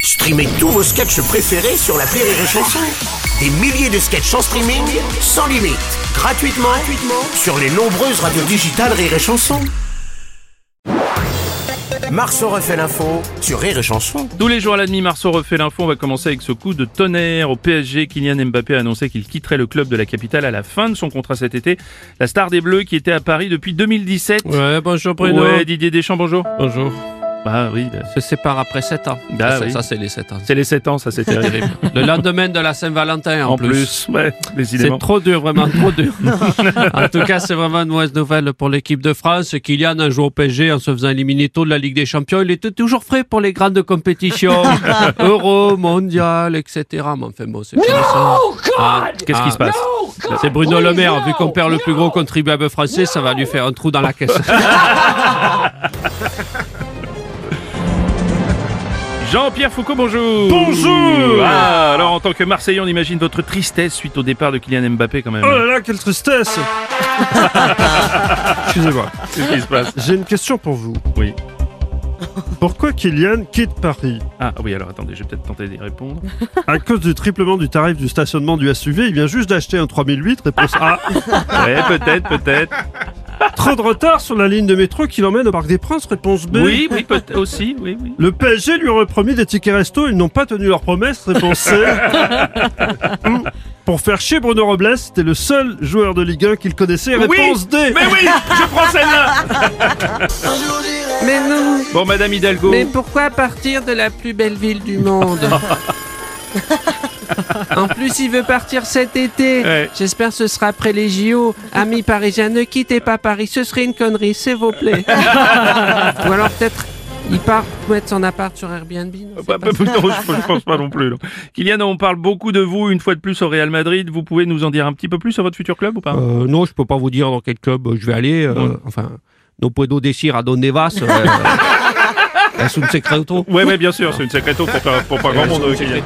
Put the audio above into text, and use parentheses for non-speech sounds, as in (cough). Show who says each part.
Speaker 1: Streamez tous vos sketchs préférés sur la Rire et Chanson. Des milliers de sketchs en streaming, sans limite, gratuitement, gratuitement sur les nombreuses radios digitales Rire et Chanson. Marceau refait l'info sur Rire et Chanson.
Speaker 2: Tous les jours à la demi, Marceau refait l'info. On va commencer avec ce coup de tonnerre au PSG. Kylian Mbappé a annoncé qu'il quitterait le club de la capitale à la fin de son contrat cet été. La star des Bleus qui était à Paris depuis 2017.
Speaker 3: Ouais, bonjour Bruno.
Speaker 2: Ouais, Didier Deschamps, bonjour.
Speaker 3: Bonjour.
Speaker 2: Bah oui, bah,
Speaker 3: Se sépare après 7 ans.
Speaker 2: Bah
Speaker 3: ça, c'est-
Speaker 2: oui.
Speaker 3: ça, c'est les 7 ans.
Speaker 2: c'est les 7 ans, ça c'est
Speaker 3: C'est
Speaker 2: terrible.
Speaker 3: terrible. Le lendemain de la Saint-Valentin en,
Speaker 2: En plus, ouais, décidément.
Speaker 3: C'est trop dur, vraiment trop
Speaker 2: (laughs)
Speaker 3: dur. (laughs) en tout cas, c'est vraiment une mauvaise nouvelle pour l'équipe de France. Kylian a joué au PSG en se faisant éliminer tôt de la Ligue des Champions. Il était toujours frais pour les
Speaker 2: (laughs)
Speaker 3: grandes compétitions. Euro, Mondial, etc. Mais enfin bon, c'est comme ça. Ah,
Speaker 2: Qu'est-ce
Speaker 3: ah,
Speaker 2: qui se passe
Speaker 3: C'est Bruno Le Maire. Vu qu'on perd le plus gros contribuable français, ça va lui faire un trou dans
Speaker 2: (laughs)
Speaker 3: la caisse.
Speaker 2: Jean-Pierre Foucault, bonjour. Bonjour. Ah, alors en tant que Marseillais, on imagine votre tristesse suite au départ de Kylian Mbappé quand même.
Speaker 4: Oh là là, quelle tristesse (laughs) Excusez-moi,
Speaker 2: Qu'est-ce qui se passe
Speaker 4: j'ai une question pour vous.
Speaker 2: Oui.
Speaker 4: Pourquoi Kylian quitte Paris
Speaker 2: Ah oui, alors attendez, je vais peut-être tenter d'y répondre.
Speaker 4: À cause du triplement du tarif du stationnement du SUV, il vient juste d'acheter un 3008, réponse (laughs) A.
Speaker 2: Ouais, peut-être, peut-être.
Speaker 4: Trop de retard sur la ligne de métro qui l'emmène au Parc des Princes, réponse B.
Speaker 2: Oui, oui, peut-être aussi, oui, oui.
Speaker 4: Le PSG lui aurait promis des tickets resto, ils n'ont pas tenu leur promesse, réponse C. (laughs) Hmm. Pour faire chier Bruno Robles, c'était le seul joueur de Ligue 1 qu'il connaissait,
Speaker 2: Oui,
Speaker 4: réponse D.
Speaker 2: Mais oui, je prends celle-là.
Speaker 5: Mais non
Speaker 2: Bon, Madame Hidalgo.
Speaker 5: Mais pourquoi partir de la plus belle ville du
Speaker 2: (laughs)
Speaker 5: monde En plus, il veut partir cet été.
Speaker 2: Ouais.
Speaker 5: J'espère que ce sera après les JO. Amis parisiens, ne quittez pas Paris. Ce serait une connerie, s'il vous
Speaker 2: (laughs)
Speaker 5: plaît. Ou alors peut-être, il part mettre son appart sur Airbnb. non, c'est
Speaker 2: Bah,
Speaker 5: pas
Speaker 2: bah, non, je, je pense pas non plus. non. Kylian, on parle beaucoup de vous une fois de plus au Real Madrid. Vous pouvez nous en dire un petit peu plus sur votre futur club ou pas
Speaker 3: Euh, non, je peux pas vous dire dans quel club euh, je vais aller. euh,
Speaker 2: Non.
Speaker 3: Enfin, no puedo decir a donde vas. Euh, es un secreto.
Speaker 2: Ouais, ouais, bien sûr, c'est une secréto pour, pas- pour pas grand monde. euh, Kylian.